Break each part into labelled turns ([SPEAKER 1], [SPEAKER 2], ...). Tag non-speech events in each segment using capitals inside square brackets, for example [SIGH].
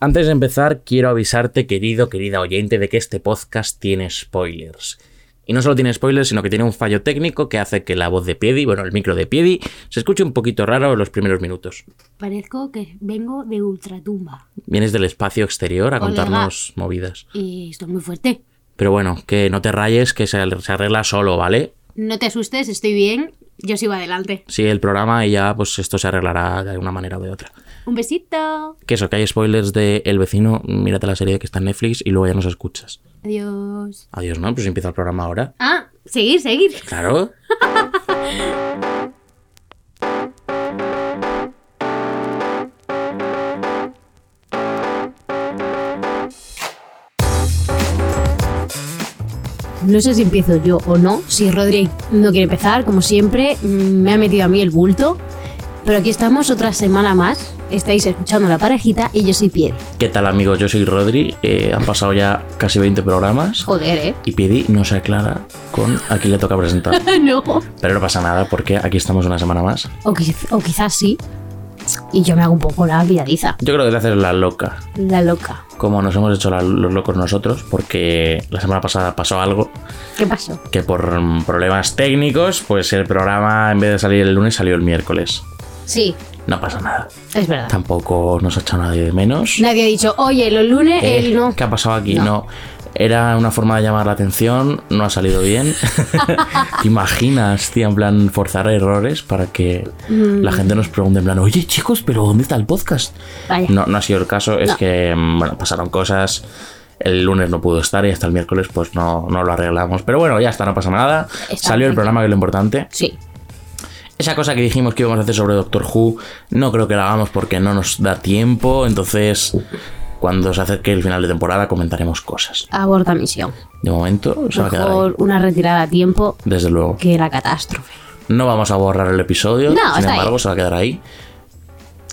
[SPEAKER 1] Antes de empezar, quiero avisarte, querido, querida oyente, de que este podcast tiene spoilers. Y no solo tiene spoilers, sino que tiene un fallo técnico que hace que la voz de Piedi, bueno, el micro de Piedi, se escuche un poquito raro en los primeros minutos.
[SPEAKER 2] Parezco que vengo de ultratumba
[SPEAKER 1] Vienes del espacio exterior a
[SPEAKER 2] Colega.
[SPEAKER 1] contarnos movidas.
[SPEAKER 2] y estoy muy fuerte.
[SPEAKER 1] Pero bueno, que no te rayes, que se, se arregla solo, ¿vale?
[SPEAKER 2] No te asustes, estoy bien. Yo sigo adelante.
[SPEAKER 1] Sigue el programa y ya, pues esto se arreglará de una manera o de otra.
[SPEAKER 2] Un besito.
[SPEAKER 1] Que eso, que hay spoilers de El vecino, mírate la serie que está en Netflix y luego ya nos escuchas.
[SPEAKER 2] Adiós.
[SPEAKER 1] Adiós, ¿no? Pues empieza el programa ahora.
[SPEAKER 2] Ah, seguir, seguir.
[SPEAKER 1] Claro.
[SPEAKER 2] No sé si empiezo yo o no. Si Rodri no quiere empezar, como siempre, mm, me ha metido a mí el bulto. Pero aquí estamos otra semana más. Estáis escuchando la parejita y yo soy Pied.
[SPEAKER 1] ¿Qué tal, amigos? Yo soy Rodri. eh, han pasado ya casi 20 programas.
[SPEAKER 2] Joder, ¿eh?
[SPEAKER 1] Y Piedi no se aclara con a quién le toca presentar.
[SPEAKER 2] [LAUGHS] no.
[SPEAKER 1] Pero no pasa nada porque aquí estamos una semana más.
[SPEAKER 2] O, quiz- o quizás sí. Y yo me hago un poco la olvidadiza.
[SPEAKER 1] Yo creo que te haces la loca.
[SPEAKER 2] La loca.
[SPEAKER 1] Como nos hemos hecho la- los locos nosotros, porque la semana pasada pasó algo
[SPEAKER 2] ¿Qué pasó?
[SPEAKER 1] que por mm, problemas técnicos, pues el programa en vez de salir el lunes salió el miércoles.
[SPEAKER 2] Sí,
[SPEAKER 1] No pasa nada.
[SPEAKER 2] es verdad.
[SPEAKER 1] Tampoco nos ha echado nadie de menos.
[SPEAKER 2] Nadie ha dicho, oye, los lunes,
[SPEAKER 1] Eh,
[SPEAKER 2] él no.
[SPEAKER 1] ¿Qué ha pasado aquí? No. Era una forma de llamar la atención, no ha salido bien.
[SPEAKER 2] [LAUGHS]
[SPEAKER 1] ¿Te imaginas, tío, en plan forzar errores para que
[SPEAKER 2] Mm,
[SPEAKER 1] la gente nos pregunte en plan, oye chicos, pero ¿dónde está el podcast?
[SPEAKER 2] Vaya.
[SPEAKER 1] No, no ha sido el caso, es
[SPEAKER 2] No.
[SPEAKER 1] que, mm, bueno, pasaron cosas. El lunes no pudo estar y hasta el miércoles pues no, no lo arreglamos. Pero bueno, ya está, no pasa nada.
[SPEAKER 2] Está
[SPEAKER 1] Salió el
[SPEAKER 2] bien.
[SPEAKER 1] programa, que es lo importante.
[SPEAKER 2] Sí.
[SPEAKER 1] Esa cosa que dijimos que íbamos a hacer sobre Doctor Who, no creo que la hagamos porque no nos da tiempo. Entonces, cuando se acerque el final de temporada, comentaremos cosas.
[SPEAKER 2] Aborta misión.
[SPEAKER 1] De momento, se va a quedar ahí.
[SPEAKER 2] Mejor una retirada a tiempo
[SPEAKER 1] Desde luego.
[SPEAKER 2] que la catástrofe.
[SPEAKER 1] No vamos a borrar el episodio.
[SPEAKER 2] No,
[SPEAKER 1] sin
[SPEAKER 2] está ahí.
[SPEAKER 1] embargo, se va a quedar ahí.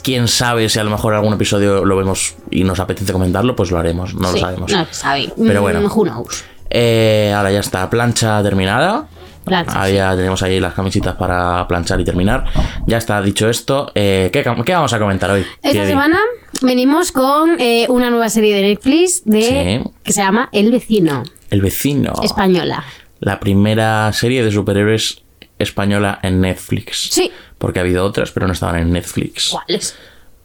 [SPEAKER 1] Quién sabe si a lo mejor algún episodio lo vemos y nos apetece comentarlo, pues lo haremos. No
[SPEAKER 2] Sí,
[SPEAKER 1] lo sabemos.
[SPEAKER 2] No se sabe.
[SPEAKER 1] Pero bueno.
[SPEAKER 2] Mm, Who knows?
[SPEAKER 1] Eh, ahora ya está, plancha terminada.
[SPEAKER 2] Plancha,
[SPEAKER 1] Ahora ya tenemos ahí las camisitas para planchar y terminar. Ya está dicho esto. eh, ¿qué, cam- qué vamos a comentar hoy?
[SPEAKER 2] Esta
[SPEAKER 1] Piedi?
[SPEAKER 2] semana venimos con eh, una nueva serie de Netflix de
[SPEAKER 1] Sí. Oh.
[SPEAKER 2] que se llama El vecino,
[SPEAKER 1] El vecino.
[SPEAKER 2] española.
[SPEAKER 1] La primera serie de superhéroes española en Netflix.
[SPEAKER 2] Sí.
[SPEAKER 1] Porque ha habido otras, pero no estaban en Netflix.
[SPEAKER 2] ¿Cuál es?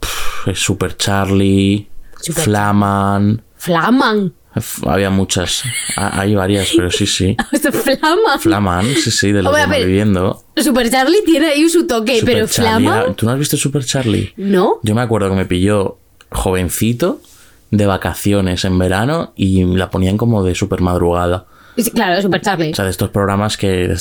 [SPEAKER 1] Pf, Super Charlie,
[SPEAKER 2] Super-
[SPEAKER 1] Flaman.
[SPEAKER 2] Flaman. [LAUGHS]
[SPEAKER 1] f- Había muchas. Ha- Hay varias, pero sí,
[SPEAKER 2] [LAUGHS]
[SPEAKER 1] sí.
[SPEAKER 2] Esto es Flaman.
[SPEAKER 1] Flaman, sí, sí, de los
[SPEAKER 2] Hombre, a
[SPEAKER 1] que
[SPEAKER 2] ver,
[SPEAKER 1] viviendo.
[SPEAKER 2] Super Charlie tiene ahí su toque, pero Flaman.
[SPEAKER 1] ¿Tú no has visto Super Charlie?
[SPEAKER 2] No.
[SPEAKER 1] Yo me acuerdo que me pilló jovencito de vacaciones en verano y la ponían como de super madrugada.
[SPEAKER 2] Sí, Claro, Super Charlie.
[SPEAKER 1] O sea, de estos programas que,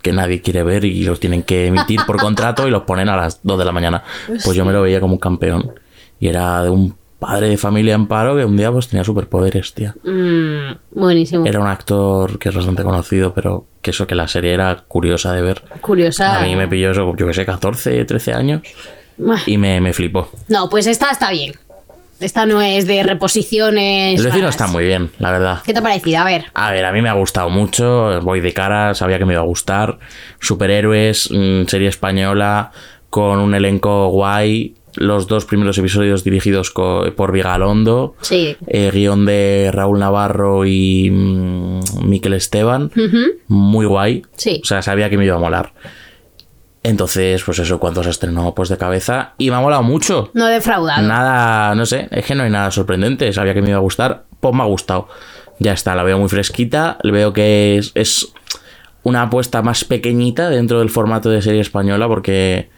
[SPEAKER 1] que nadie quiere ver y los tienen que emitir por contrato y los ponen a las 2 de la mañana. Pues yo me lo veía como un campeón. Y era de un padre de familia en paro que un día pues tenía superpoderes, tía.
[SPEAKER 2] Mm, buenísimo.
[SPEAKER 1] Era un actor que es bastante conocido, pero que eso, que la serie era curiosa de ver.
[SPEAKER 2] Curiosa.
[SPEAKER 1] A mí me pilló eso, yo que sé, 14, 13 años
[SPEAKER 2] Buah.
[SPEAKER 1] y me, me flipó.
[SPEAKER 2] No, pues esta está bien. Esta no es de reposiciones.
[SPEAKER 1] El vecino
[SPEAKER 2] raras.
[SPEAKER 1] está muy bien, la verdad.
[SPEAKER 2] ¿Qué te ha parecido? A ver.
[SPEAKER 1] A ver, a mí me ha gustado mucho, voy de cara, sabía que me iba a gustar. Superhéroes, mm, serie española, con un elenco guay. Los dos primeros episodios dirigidos co- por Vigalondo.
[SPEAKER 2] Sí.
[SPEAKER 1] Eh, guión de Raúl Navarro y mm, Miquel Esteban. Muy guay.
[SPEAKER 2] Sí.
[SPEAKER 1] O sea, sabía que me iba a molar. Entonces, pues eso, cuando se estrenó, pues de cabeza. Y me ha molado mucho.
[SPEAKER 2] No defraudado.
[SPEAKER 1] Nada, no sé, es que no hay nada sorprendente. Sabía que me iba a gustar, pues me ha gustado. Ya está, la veo muy fresquita. le Veo que es, es una apuesta más pequeñita dentro del formato de serie española, porque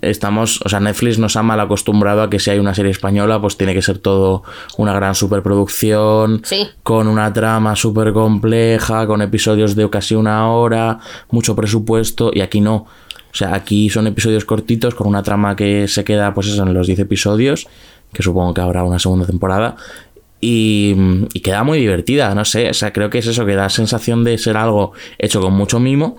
[SPEAKER 1] estamos, o sea, Netflix nos ha mal acostumbrado a que si hay una serie española, pues tiene que ser todo una gran superproducción,
[SPEAKER 2] Sí.
[SPEAKER 1] con una trama súper compleja, con episodios de casi una hora, mucho presupuesto, y aquí no. O sea, aquí son episodios cortitos con una trama que se queda, pues eso, en los 10 episodios, que supongo que habrá una segunda temporada. Y, y queda muy divertida, no sé, o sea, creo que es eso, que da sensación de ser algo hecho con mucho mimo,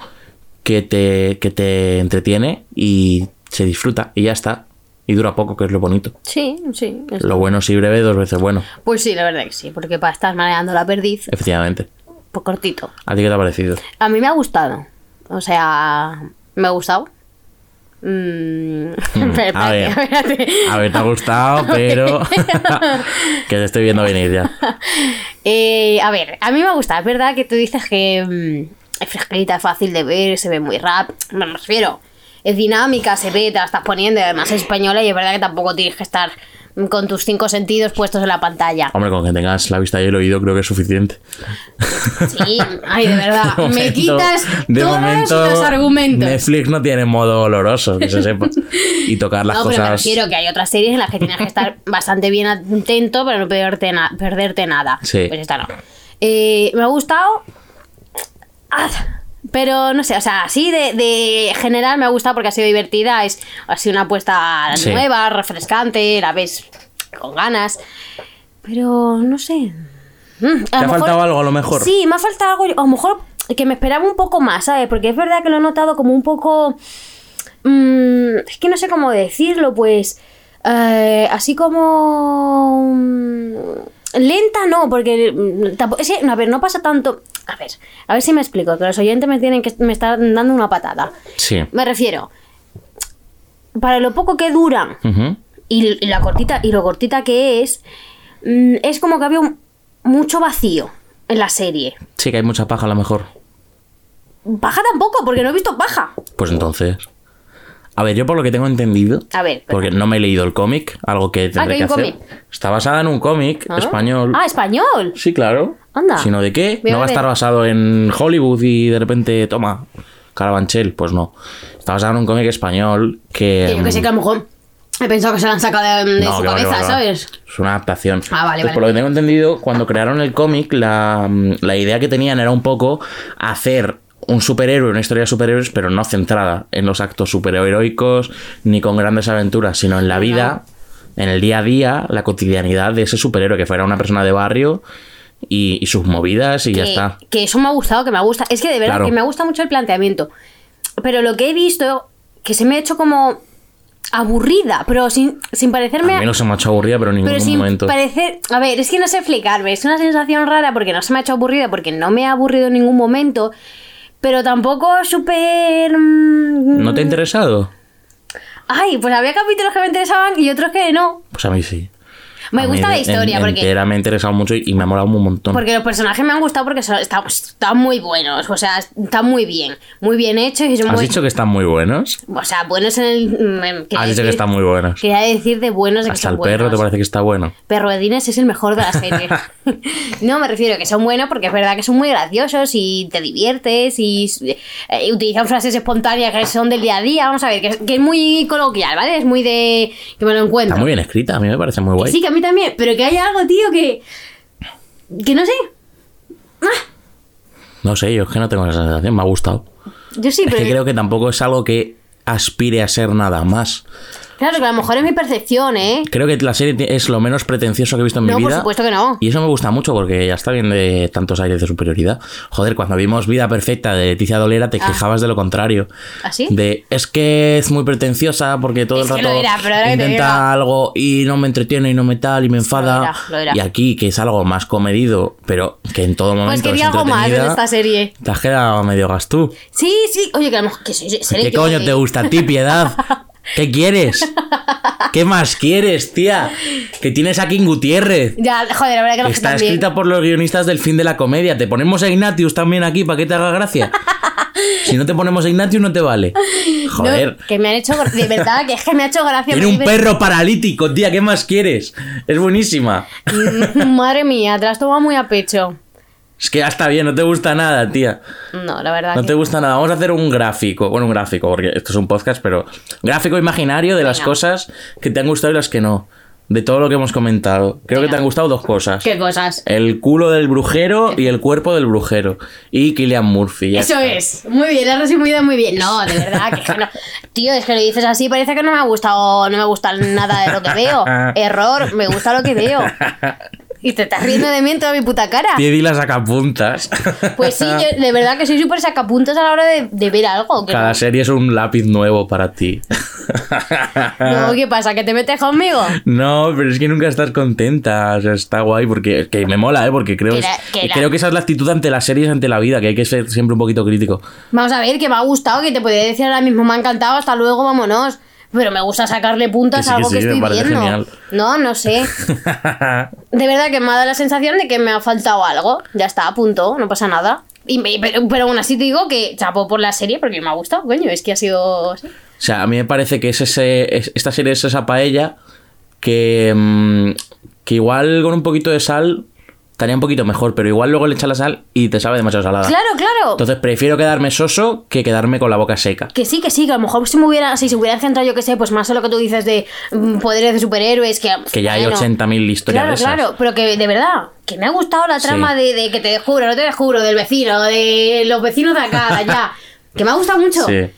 [SPEAKER 1] que te, que te entretiene y se disfruta y ya está. Y dura poco, que es lo bonito.
[SPEAKER 2] Sí, sí.
[SPEAKER 1] Lo bueno sí breve, dos veces bueno,
[SPEAKER 2] Pues sí, la verdad que sí. Porque para estar manejando la perdiz,
[SPEAKER 1] efectivamente.
[SPEAKER 2] por cortito.
[SPEAKER 1] ¿A ti qué te ha parecido?
[SPEAKER 2] A mí me ha gustado. O sea, me ha gustado. Mm, [LAUGHS]
[SPEAKER 1] Mm,
[SPEAKER 2] espérate,
[SPEAKER 1] a ver.
[SPEAKER 2] [LAUGHS] espérate.
[SPEAKER 1] A ver, te ha
[SPEAKER 2] [LAUGHS]
[SPEAKER 1] gustado, pero que te estoy viendo venir ya.
[SPEAKER 2] Eh, a ver, a mí me gusta. Es verdad que tú dices que mm, es fresquita, es fácil de ver, se ve muy rap. No me refiero. Es dinámica, se ve, te la estás poniendo. y Además, es española y es verdad que tampoco tienes que estar mm, con tus cinco sentidos puestos en la pantalla.
[SPEAKER 1] Hombre, con que tengas la vista y el oído creo que es suficiente.
[SPEAKER 2] Sí, ay, de
[SPEAKER 1] [LAUGHS]
[SPEAKER 2] verdad.
[SPEAKER 1] De
[SPEAKER 2] me
[SPEAKER 1] momento-
[SPEAKER 2] quitas
[SPEAKER 1] de
[SPEAKER 2] todos
[SPEAKER 1] momento,
[SPEAKER 2] los argumentos.
[SPEAKER 1] Netflix no tiene modo oloroso,
[SPEAKER 2] [LAUGHS]
[SPEAKER 1] que se sepa. Y tocar las
[SPEAKER 2] no, pero me
[SPEAKER 1] cosas.
[SPEAKER 2] refiero que hay otras series en las que tienes
[SPEAKER 1] [LAUGHS]
[SPEAKER 2] que estar bastante bien atento para no perderte, na- perderte nada.
[SPEAKER 1] Sí.
[SPEAKER 2] Pues esta no. Eh, me ha gustado. Ah, Pero no sé, o sea, sí, de, de general me ha gustado porque ha sido divertida. Es ha sido una apuesta
[SPEAKER 1] Sí.
[SPEAKER 2] nueva, refrescante, la ves con ganas. Pero no sé. Mm, a
[SPEAKER 1] Te
[SPEAKER 2] lo
[SPEAKER 1] ha
[SPEAKER 2] mejor-
[SPEAKER 1] faltado algo, a lo mejor.
[SPEAKER 2] Sí, me ha faltado algo. A lo mejor que me esperaba un poco más, ¿sabes? Porque es verdad que lo he notado como un poco. mm, es que no sé cómo decirlo, pues. eh, así como. mm, lenta no, porque. mm, tampo- es que, a ver, no pasa tanto. A ver, a ver si me explico, que los oyentes me tienen que me están dando una patada.
[SPEAKER 1] Sí.
[SPEAKER 2] Me refiero. Para lo poco que duran
[SPEAKER 1] Ujú.
[SPEAKER 2] y, y la cortita y lo cortita que es mm, es como que había un- mucho vacío en la serie
[SPEAKER 1] Sí, que hay mucha paja a lo mejor.
[SPEAKER 2] paja tampoco porque no he visto paja
[SPEAKER 1] Pues entonces. A ver, yo por lo que tengo entendido.
[SPEAKER 2] A ver, pero-
[SPEAKER 1] Porque no me he leído el cómic, algo que tendré
[SPEAKER 2] que hay
[SPEAKER 1] que,
[SPEAKER 2] un
[SPEAKER 1] hacer.
[SPEAKER 2] cómic.
[SPEAKER 1] Está basada en un cómic
[SPEAKER 2] ¿Ah?
[SPEAKER 1] español.
[SPEAKER 2] ah español
[SPEAKER 1] Sí, claro.
[SPEAKER 2] Anda.
[SPEAKER 1] ¿Sino de qué?
[SPEAKER 2] Voy a
[SPEAKER 1] no va a
[SPEAKER 2] ver.
[SPEAKER 1] estar basado en Hollywood y de repente, toma, Carabanchel. Pues no. Está basado en un cómic español que.
[SPEAKER 3] Que yo que sé que a lo mejor he pensado que se la han sacado de, de
[SPEAKER 1] No,
[SPEAKER 3] su
[SPEAKER 1] que va, que
[SPEAKER 3] cabeza,
[SPEAKER 1] va, que va.
[SPEAKER 3] ¿sabes?
[SPEAKER 1] Es una adaptación.
[SPEAKER 3] Ah, vale,
[SPEAKER 1] Entonces,
[SPEAKER 3] vale.
[SPEAKER 1] Por lo que tengo entendido, cuando crearon el cómic, la, mm, la idea que tenían era un poco hacer un superhéroe, una historia de superhéroes, pero no centrada en los actos superheroicos ni con grandes aventuras, sino en la vida, en el día a día, la cotidianidad de ese superhéroe, que fuera una persona de barrio y, y sus movidas y ya
[SPEAKER 2] que,
[SPEAKER 1] está.
[SPEAKER 2] que eso me ha gustado, que me ha gustado. Es que de verdad
[SPEAKER 1] Claro.
[SPEAKER 2] que me gusta mucho el planteamiento. Pero lo que he visto, que se me ha hecho como aburrida, pero sin, sin parecerme.
[SPEAKER 1] A mí no se me ha hecho aburrida, pero en ningún
[SPEAKER 2] pero sin
[SPEAKER 1] momento.
[SPEAKER 2] parecer. A ver, es que no sé explicarme. Es una sensación rara porque no se me ha hecho aburrida, porque no me ha aburrido en ningún momento. Pero tampoco súper. mm,
[SPEAKER 1] ¿No te ha interesado?
[SPEAKER 2] Ay, pues había capítulos que me interesaban y otros que no.
[SPEAKER 1] Pues a mí sí.
[SPEAKER 2] Me
[SPEAKER 1] A mí
[SPEAKER 2] gusta la
[SPEAKER 1] en-
[SPEAKER 2] historia porque.
[SPEAKER 1] entera me ha interesado mucho y, y me ha molado un montón.
[SPEAKER 2] Porque los personajes me han gustado porque son- están, están muy buenos, o sea, están muy bien, muy bien hechos y son
[SPEAKER 1] ¿Has
[SPEAKER 2] muy...
[SPEAKER 1] dicho que están muy buenos?
[SPEAKER 2] O sea, buenos en el... mm, em, quería
[SPEAKER 1] Has dicho que
[SPEAKER 2] decir-
[SPEAKER 1] están muy buenos.
[SPEAKER 2] Quería decir de buenos de que
[SPEAKER 1] Hasta
[SPEAKER 2] son
[SPEAKER 1] el perro te
[SPEAKER 2] buenos.
[SPEAKER 1] parece que está bueno.
[SPEAKER 2] Perro de Dines es el mejor de
[SPEAKER 1] [LAUGHS]
[SPEAKER 2] la serie. no, me refiero que son buenos porque es verdad que son muy graciosos y te diviertes y s- eh, utilizan frases espontáneas que son del día a día. Vamos a ver, que es, que es muy coloquial, ¿vale? Es muy de... que me lo encuentro.
[SPEAKER 1] Está muy bien escrita, a mí me parece muy
[SPEAKER 2] Que
[SPEAKER 1] guay.
[SPEAKER 2] Sí, que a mí también, pero que hay algo, tío, que... que no sé.
[SPEAKER 1] No sé, yo es que no tengo esa sensación, me ha gustado.
[SPEAKER 2] Yo sí,
[SPEAKER 1] Es
[SPEAKER 2] pero...
[SPEAKER 1] que creo que tampoco es algo que aspire a ser nada más.
[SPEAKER 2] Claro, que a lo mejor es mi percepción, ¿eh?
[SPEAKER 1] Creo que la serie ti- es lo menos pretencioso que he visto en
[SPEAKER 2] No,
[SPEAKER 1] mi
[SPEAKER 2] por
[SPEAKER 1] vida.
[SPEAKER 2] supuesto que no.
[SPEAKER 1] Y eso me gusta mucho porque ya está bien de tantos aires de superioridad. Joder, cuando vimos Vida Perfecta de Leticia Dolera te quejabas de lo contrario.
[SPEAKER 2] ¿Ah, sí?
[SPEAKER 1] De, es que es muy pretenciosa porque todo
[SPEAKER 2] Es
[SPEAKER 1] el
[SPEAKER 2] que lo
[SPEAKER 1] rato
[SPEAKER 2] era, pero ahora que te
[SPEAKER 1] intenta
[SPEAKER 2] digo-
[SPEAKER 1] algo y no me entretiene y no me tal y me enfada.
[SPEAKER 2] era, lo era.
[SPEAKER 1] Y aquí, que es algo más comedido, pero que en todo momento
[SPEAKER 2] Pues
[SPEAKER 1] es
[SPEAKER 2] quería algo más en
[SPEAKER 1] entretenida,
[SPEAKER 2] esta serie.
[SPEAKER 1] Te has quedado medio gastú.
[SPEAKER 2] Sí, sí. Oye, que a lo mejor... Que soy- seré
[SPEAKER 1] ¿Qué
[SPEAKER 2] yo,
[SPEAKER 1] coño
[SPEAKER 2] ¿eh?
[SPEAKER 1] te gusta a ti, piedad?
[SPEAKER 2] [LAUGHS]
[SPEAKER 1] ¿Qué quieres? ¿Qué más quieres, tía? Que tienes a King Gutiérrez.
[SPEAKER 2] Ya, joder, la verdad que no
[SPEAKER 1] Está
[SPEAKER 2] también.
[SPEAKER 1] escrita por los guionistas del fin de la comedia. Te ponemos a Ignatius también aquí para que te haga
[SPEAKER 2] [LAUGHS]
[SPEAKER 1] gracia. Si no te ponemos a Ignatius, no te vale.
[SPEAKER 2] No,
[SPEAKER 1] Joder.
[SPEAKER 2] que me han hecho... gor- De verdad, que es que me ha hecho gracia.
[SPEAKER 1] Tiene
[SPEAKER 2] me
[SPEAKER 1] un
[SPEAKER 2] diver-
[SPEAKER 1] perro paralítico, tía. ¿Qué más quieres? Es buenísima.
[SPEAKER 2] "Mm, Madre mía, te las toma muy a pecho.
[SPEAKER 1] Es que ya está bien, no te gusta nada, tía.
[SPEAKER 2] No, la verdad
[SPEAKER 1] No
[SPEAKER 2] que...
[SPEAKER 1] te gusta nada. Vamos a hacer un gráfico. Bueno, un gráfico, porque esto es un podcast, pero. Un gráfico imaginario de las
[SPEAKER 2] Venga.
[SPEAKER 1] cosas que te han gustado y las que no. De todo lo que hemos comentado. Creo que
[SPEAKER 2] Venga.
[SPEAKER 1] te han gustado dos cosas.
[SPEAKER 3] ¿Qué cosas?
[SPEAKER 1] El culo del brujero y el cuerpo del brujero. Y Killian Murphy. ya
[SPEAKER 3] Eso
[SPEAKER 1] está.
[SPEAKER 3] es. Muy bien, la has resumido muy bien. No,
[SPEAKER 2] No, de verdad, que es que no. Tío, es que lo dices así, parece que no
[SPEAKER 1] [LAUGHS]
[SPEAKER 2] me ha gustado, no me gusta nada de lo que veo. Error, me gusta lo que veo. Y te estás riendo de mí en toda mi puta cara.
[SPEAKER 1] Piedi las sacapuntas.
[SPEAKER 2] Pues sí,
[SPEAKER 1] [LAUGHS]
[SPEAKER 2] yo de verdad que soy súper sacapuntas a la hora de, de ver algo. que
[SPEAKER 1] Cada
[SPEAKER 2] no-
[SPEAKER 1] serie es un lápiz nuevo para
[SPEAKER 2] [LAUGHS]
[SPEAKER 1] ti.
[SPEAKER 2] Luego, ¿qué pasa? ¿Que te metes conmigo?
[SPEAKER 1] No, pero es que nunca estás contenta. O sea, está guay porque es que me mola, ¿eh? Porque creo,
[SPEAKER 2] Que la-
[SPEAKER 1] es-
[SPEAKER 2] que la-
[SPEAKER 1] creo que esa es la actitud ante las series, ante la vida, que hay que ser siempre un poquito crítico.
[SPEAKER 2] Vamos a ver, que me ha gustado, que te podía decir ahora mismo, me ha encantado, hasta luego, vámonos. Pero me gusta sacarle puntas
[SPEAKER 1] Que sí,
[SPEAKER 2] a algo
[SPEAKER 1] que
[SPEAKER 2] que,
[SPEAKER 1] sí, me
[SPEAKER 2] estoy
[SPEAKER 1] parece
[SPEAKER 2] viendo.
[SPEAKER 1] genial.
[SPEAKER 2] No, no sé. De verdad que me ha dado la sensación de que me ha faltado algo. Ya está, punto, no pasa nada. Y me- pero, pero aún así te digo que chapo por la serie porque me ha gustado, coño, es que ha sido... así.
[SPEAKER 1] [LAUGHS] O sea, a mí me parece que es ese, es- esta serie es esa paella que, mm, que igual con un poquito de sal estaría un poquito mejor, pero igual luego le echas la sal y te sabe demasiado salada.
[SPEAKER 2] Claro, claro.
[SPEAKER 1] Entonces prefiero quedarme soso que quedarme con la boca seca.
[SPEAKER 2] Que sí, que sí, que a lo mejor si, me hubiera, si se hubieran centrado, yo que sé, pues más en lo que tú dices de mm, poderes de superhéroes, que...
[SPEAKER 1] Que ya hay
[SPEAKER 2] bueno.
[SPEAKER 1] 80.000 historias
[SPEAKER 2] Claro,
[SPEAKER 1] de esas.
[SPEAKER 2] claro, pero que de verdad, que me ha gustado la
[SPEAKER 1] Sí.
[SPEAKER 2] trama de, de que te descubro, no te descubro, del vecino, de los vecinos de acá, de
[SPEAKER 1] [LAUGHS]
[SPEAKER 2] allá. que me ha gustado mucho.
[SPEAKER 1] Sí.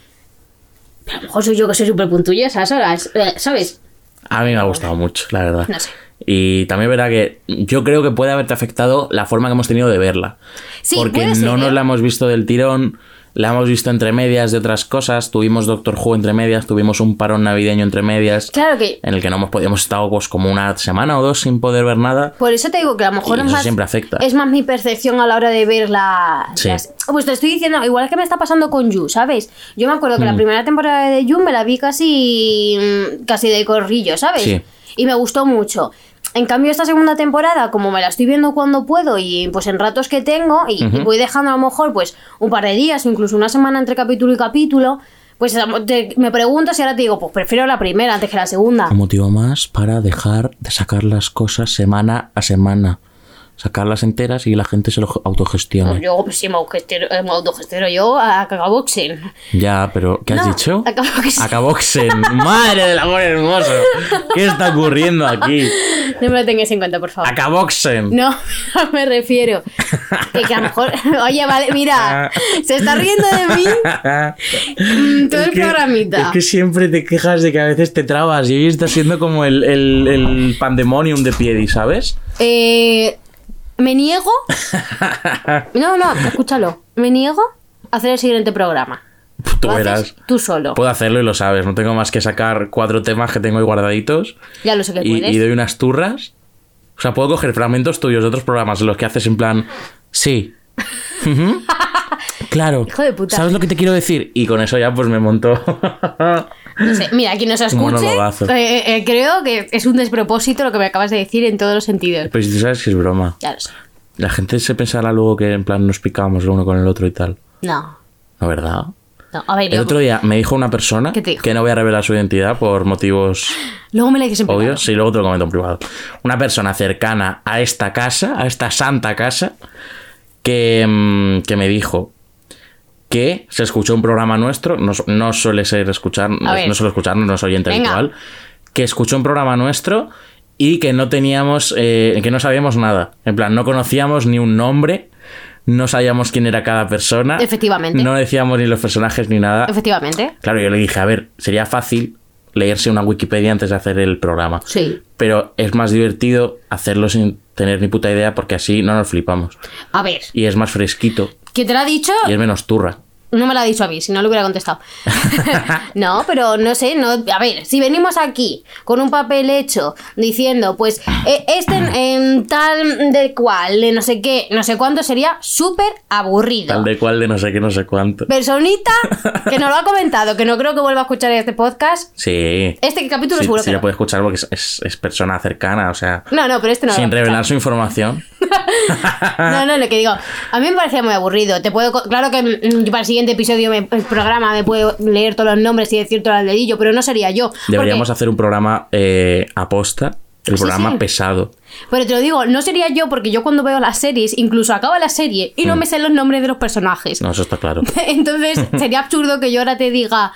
[SPEAKER 2] A lo mejor soy yo que soy súper puntulla a esas horas, eh, ¿sabes?
[SPEAKER 1] A mí me ha gustado mucho, la verdad.
[SPEAKER 2] No sé.
[SPEAKER 1] Y también es verdad que yo creo que puede haberte afectado la forma que hemos tenido de verla.
[SPEAKER 2] Sí,
[SPEAKER 1] porque
[SPEAKER 2] puede ser,
[SPEAKER 1] no nos
[SPEAKER 2] ¿eh?
[SPEAKER 1] la hemos visto del tirón, la hemos visto entre medias de otras cosas, tuvimos Doctor Who entre medias, tuvimos un parón navideño entre medias,
[SPEAKER 2] Claro que.
[SPEAKER 1] en el que no hemos podido, hemos estado pues, como una semana o dos sin poder ver nada.
[SPEAKER 2] Por eso te digo que a lo mejor
[SPEAKER 1] Y
[SPEAKER 2] es
[SPEAKER 1] eso
[SPEAKER 2] más,
[SPEAKER 1] siempre afecta.
[SPEAKER 2] es más mi percepción a la hora de ver la,
[SPEAKER 1] Sí.
[SPEAKER 2] las- Pues te estoy diciendo, igual que me está pasando con You, ¿sabes? Yo me acuerdo que
[SPEAKER 1] Mm.
[SPEAKER 2] la primera temporada de You me la vi casi, mm, casi de corrillo, ¿sabes?
[SPEAKER 1] Sí.
[SPEAKER 2] Y me gustó mucho. En cambio, esta segunda temporada, como me la estoy viendo cuando puedo y pues en ratos que tengo, y, y voy dejando a lo mejor pues un par de días o incluso una semana entre capítulo y capítulo, pues te- me pregunto si ahora te digo, pues prefiero la primera antes que la segunda.
[SPEAKER 1] Un motivo más para dejar de sacar las cosas semana a semana. Sacarlas enteras y la gente se lo autogestiona.
[SPEAKER 2] Pues yo pues, sí me autogestero, eh, me autogestero yo a cacaboxing.
[SPEAKER 1] Ya, pero ¿qué has
[SPEAKER 2] No,
[SPEAKER 1] dicho?
[SPEAKER 2] Acaboxing. [LAUGHS]
[SPEAKER 1] Acaboxen. Madre del amor hermoso. ¿Qué está ocurriendo aquí?
[SPEAKER 2] No me lo tengáis en cuenta, por favor.
[SPEAKER 1] Acaboxen.
[SPEAKER 2] No, [LAUGHS] me refiero. Que, que a lo mejor. [LAUGHS] Oye, vale, mira. Se está riendo de mí mm, todo el programita.
[SPEAKER 1] Ah. [LAUGHS] es que siempre te quejas de que a veces te trabas y hoy estás siendo como el, el, el pandemonium de Piedi, ¿sabes?
[SPEAKER 2] Eh,
[SPEAKER 1] [LAUGHS]
[SPEAKER 2] me niego. No, no, escúchalo. Me niego a hacer el siguiente programa.
[SPEAKER 1] Tú
[SPEAKER 2] Lo
[SPEAKER 1] verás. Pues,
[SPEAKER 2] haces tú solo.
[SPEAKER 1] Puedo hacerlo y lo sabes. No tengo más que sacar cuatro temas que tengo ahí guardaditos
[SPEAKER 2] Ya lo sé que
[SPEAKER 1] y,
[SPEAKER 2] puedes.
[SPEAKER 1] y doy unas turras. O sea, puedo coger fragmentos tuyos de otros programas en los que haces en plan.
[SPEAKER 2] [LAUGHS]
[SPEAKER 1] Sí. Ujú. Claro.
[SPEAKER 2] Hijo de puta.
[SPEAKER 1] ¿Sabes lo que te quiero decir? Y con eso ya pues me
[SPEAKER 2] [LAUGHS]
[SPEAKER 1] montó.
[SPEAKER 2] No sé, mira, quien nos escuche,
[SPEAKER 1] monologazo.
[SPEAKER 2] eh, eh, creo que es un despropósito lo que me acabas de decir en todos los sentidos.
[SPEAKER 1] Pero si tú sabes que es broma.
[SPEAKER 2] Ya lo sé.
[SPEAKER 1] La gente se pensará luego que en plan nos picábamos el uno con el otro y tal.
[SPEAKER 2] No,
[SPEAKER 1] ¿No, verdad?
[SPEAKER 2] no. A ver,
[SPEAKER 1] El
[SPEAKER 2] yo-
[SPEAKER 1] otro día me dijo una persona
[SPEAKER 2] ¿Qué te dijo? Ah,
[SPEAKER 1] que no voy a revelar su identidad por motivos
[SPEAKER 2] Luego me la dices en privado.
[SPEAKER 1] obvios. Sí, luego te lo comento en privado. Una persona cercana a esta casa, a esta santa casa, que, mm, que me dijo que se escuchó un programa nuestro, no, su- no suele ser escuchar, no,
[SPEAKER 2] ver.
[SPEAKER 1] no suelo escucharnos, no soy oyente
[SPEAKER 2] Venga.
[SPEAKER 1] habitual, que escuchó un programa nuestro y que no teníamos, eh, que no sabíamos nada. En plan, no conocíamos ni un nombre, no sabíamos quién era cada persona.
[SPEAKER 2] Efectivamente.
[SPEAKER 1] No decíamos ni los personajes ni nada.
[SPEAKER 2] Efectivamente.
[SPEAKER 1] Claro, yo le dije, a ver, sería fácil leerse una Wikipedia antes de hacer el programa.
[SPEAKER 2] Sí.
[SPEAKER 1] Pero es más divertido hacerlo sin tener ni puta idea porque así no nos flipamos.
[SPEAKER 2] A ver,
[SPEAKER 1] Y es más fresquito
[SPEAKER 2] que te lo ha dicho,
[SPEAKER 1] y es menos turra.
[SPEAKER 2] no me lo ha dicho a mí, si no lo
[SPEAKER 1] [LAUGHS]
[SPEAKER 2] hubiera contestado. [LAUGHS] no, pero no sé, no, a ver, si venimos aquí con un papel hecho diciendo, pues, eh, este en, en tal de cual, de no sé qué, no sé cuánto, sería súper aburrido.
[SPEAKER 1] Tal de cual de no sé qué, no sé cuánto.
[SPEAKER 2] Personita que nos
[SPEAKER 1] [LAUGHS]
[SPEAKER 2] lo ha comentado, que no creo que vuelva a escuchar este podcast.
[SPEAKER 1] Sí.
[SPEAKER 2] Este capítulo
[SPEAKER 1] sí,
[SPEAKER 2] seguro
[SPEAKER 1] sí
[SPEAKER 2] que
[SPEAKER 1] la
[SPEAKER 2] no.
[SPEAKER 1] puede escuchar porque es, es- es persona cercana, o sea,
[SPEAKER 2] No, no, pero este no lo
[SPEAKER 1] sin
[SPEAKER 2] va a escuchar.
[SPEAKER 1] revelar su información. Ah.
[SPEAKER 2] No, no, lo que digo. A mí me parecía muy aburrido. Te puedo, co- claro que mm, para el siguiente episodio, me- el programa, me puedo leer todos los nombres y decir todo al dedillo, pero no sería yo. Porque-
[SPEAKER 1] Deberíamos hacer un programa eh, aposta, el
[SPEAKER 2] Sí,
[SPEAKER 1] programa
[SPEAKER 2] sí.
[SPEAKER 1] pesado.
[SPEAKER 2] Pero te lo digo, no sería yo porque yo cuando veo las series, incluso acaba la serie y no me sé los nombres de los personajes.
[SPEAKER 1] Mm. No, eso está claro.
[SPEAKER 2] [LAUGHS] Entonces sería absurdo que yo ahora te diga.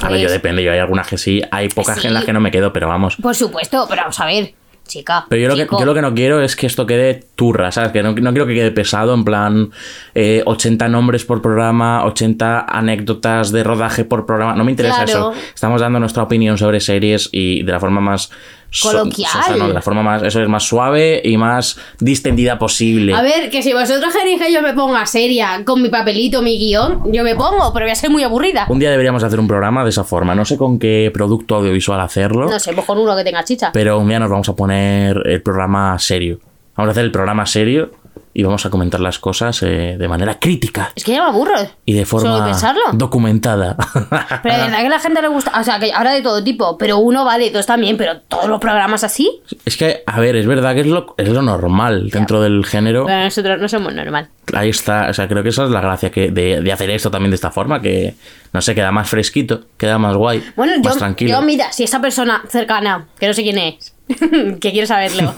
[SPEAKER 1] A ver, yo
[SPEAKER 2] pues,
[SPEAKER 1] depende, yo hay algunas que sí, hay pocas
[SPEAKER 2] Sí.
[SPEAKER 1] en las que no me quedo, pero vamos.
[SPEAKER 2] Por supuesto, pero vamos a ver, chica.
[SPEAKER 1] Pero yo lo, que,
[SPEAKER 2] chico.
[SPEAKER 1] yo lo que no quiero es que esto quede turra, ¿sabes? Que no, no quiero que quede pesado, en plan eh, 80 nombres por programa, 80 anécdotas de rodaje por programa. No me interesa
[SPEAKER 2] Claro.
[SPEAKER 1] eso. Estamos dando nuestra opinión sobre series y de la forma más so-
[SPEAKER 2] Coloquial.
[SPEAKER 1] o sea, no, de la forma más, eso es más suave y más distendida posible.
[SPEAKER 2] A ver, que si vosotros queréis que yo me ponga seria con mi papelito, mi guión, yo me pongo, pero voy a ser muy aburrida.
[SPEAKER 1] Un día deberíamos hacer un programa de esa forma. No sé con qué producto audiovisual hacerlo,
[SPEAKER 2] No sé, mejor uno que tenga chicha.
[SPEAKER 1] pero un día nos vamos a poner el programa serio. Vamos a hacer el programa serio y vamos a comentar las cosas eh, de manera crítica
[SPEAKER 2] Es que ya me aburro.
[SPEAKER 1] y de
[SPEAKER 2] Solo
[SPEAKER 1] forma
[SPEAKER 2] pensarlo.
[SPEAKER 1] documentada. [LAUGHS]
[SPEAKER 2] Pero de verdad que a la gente le gusta. O sea, que habrá de todo tipo. Pero uno vale, dos también. Pero todos los programas así.
[SPEAKER 1] es que, a ver, es verdad que es lo, es lo normal dentro del género.
[SPEAKER 2] Pero nosotros no somos normal.
[SPEAKER 1] Ahí está, o sea, creo que esa es la gracia que de, de hacer esto también de esta forma, que no sé, queda más fresquito, queda más guay,
[SPEAKER 2] Bueno,
[SPEAKER 1] más
[SPEAKER 2] yo,
[SPEAKER 1] tranquilo.
[SPEAKER 2] yo, mira, si esa persona cercana, que no sé quién es, [LAUGHS] que
[SPEAKER 1] [LAUGHS]
[SPEAKER 2] quiero saberlo,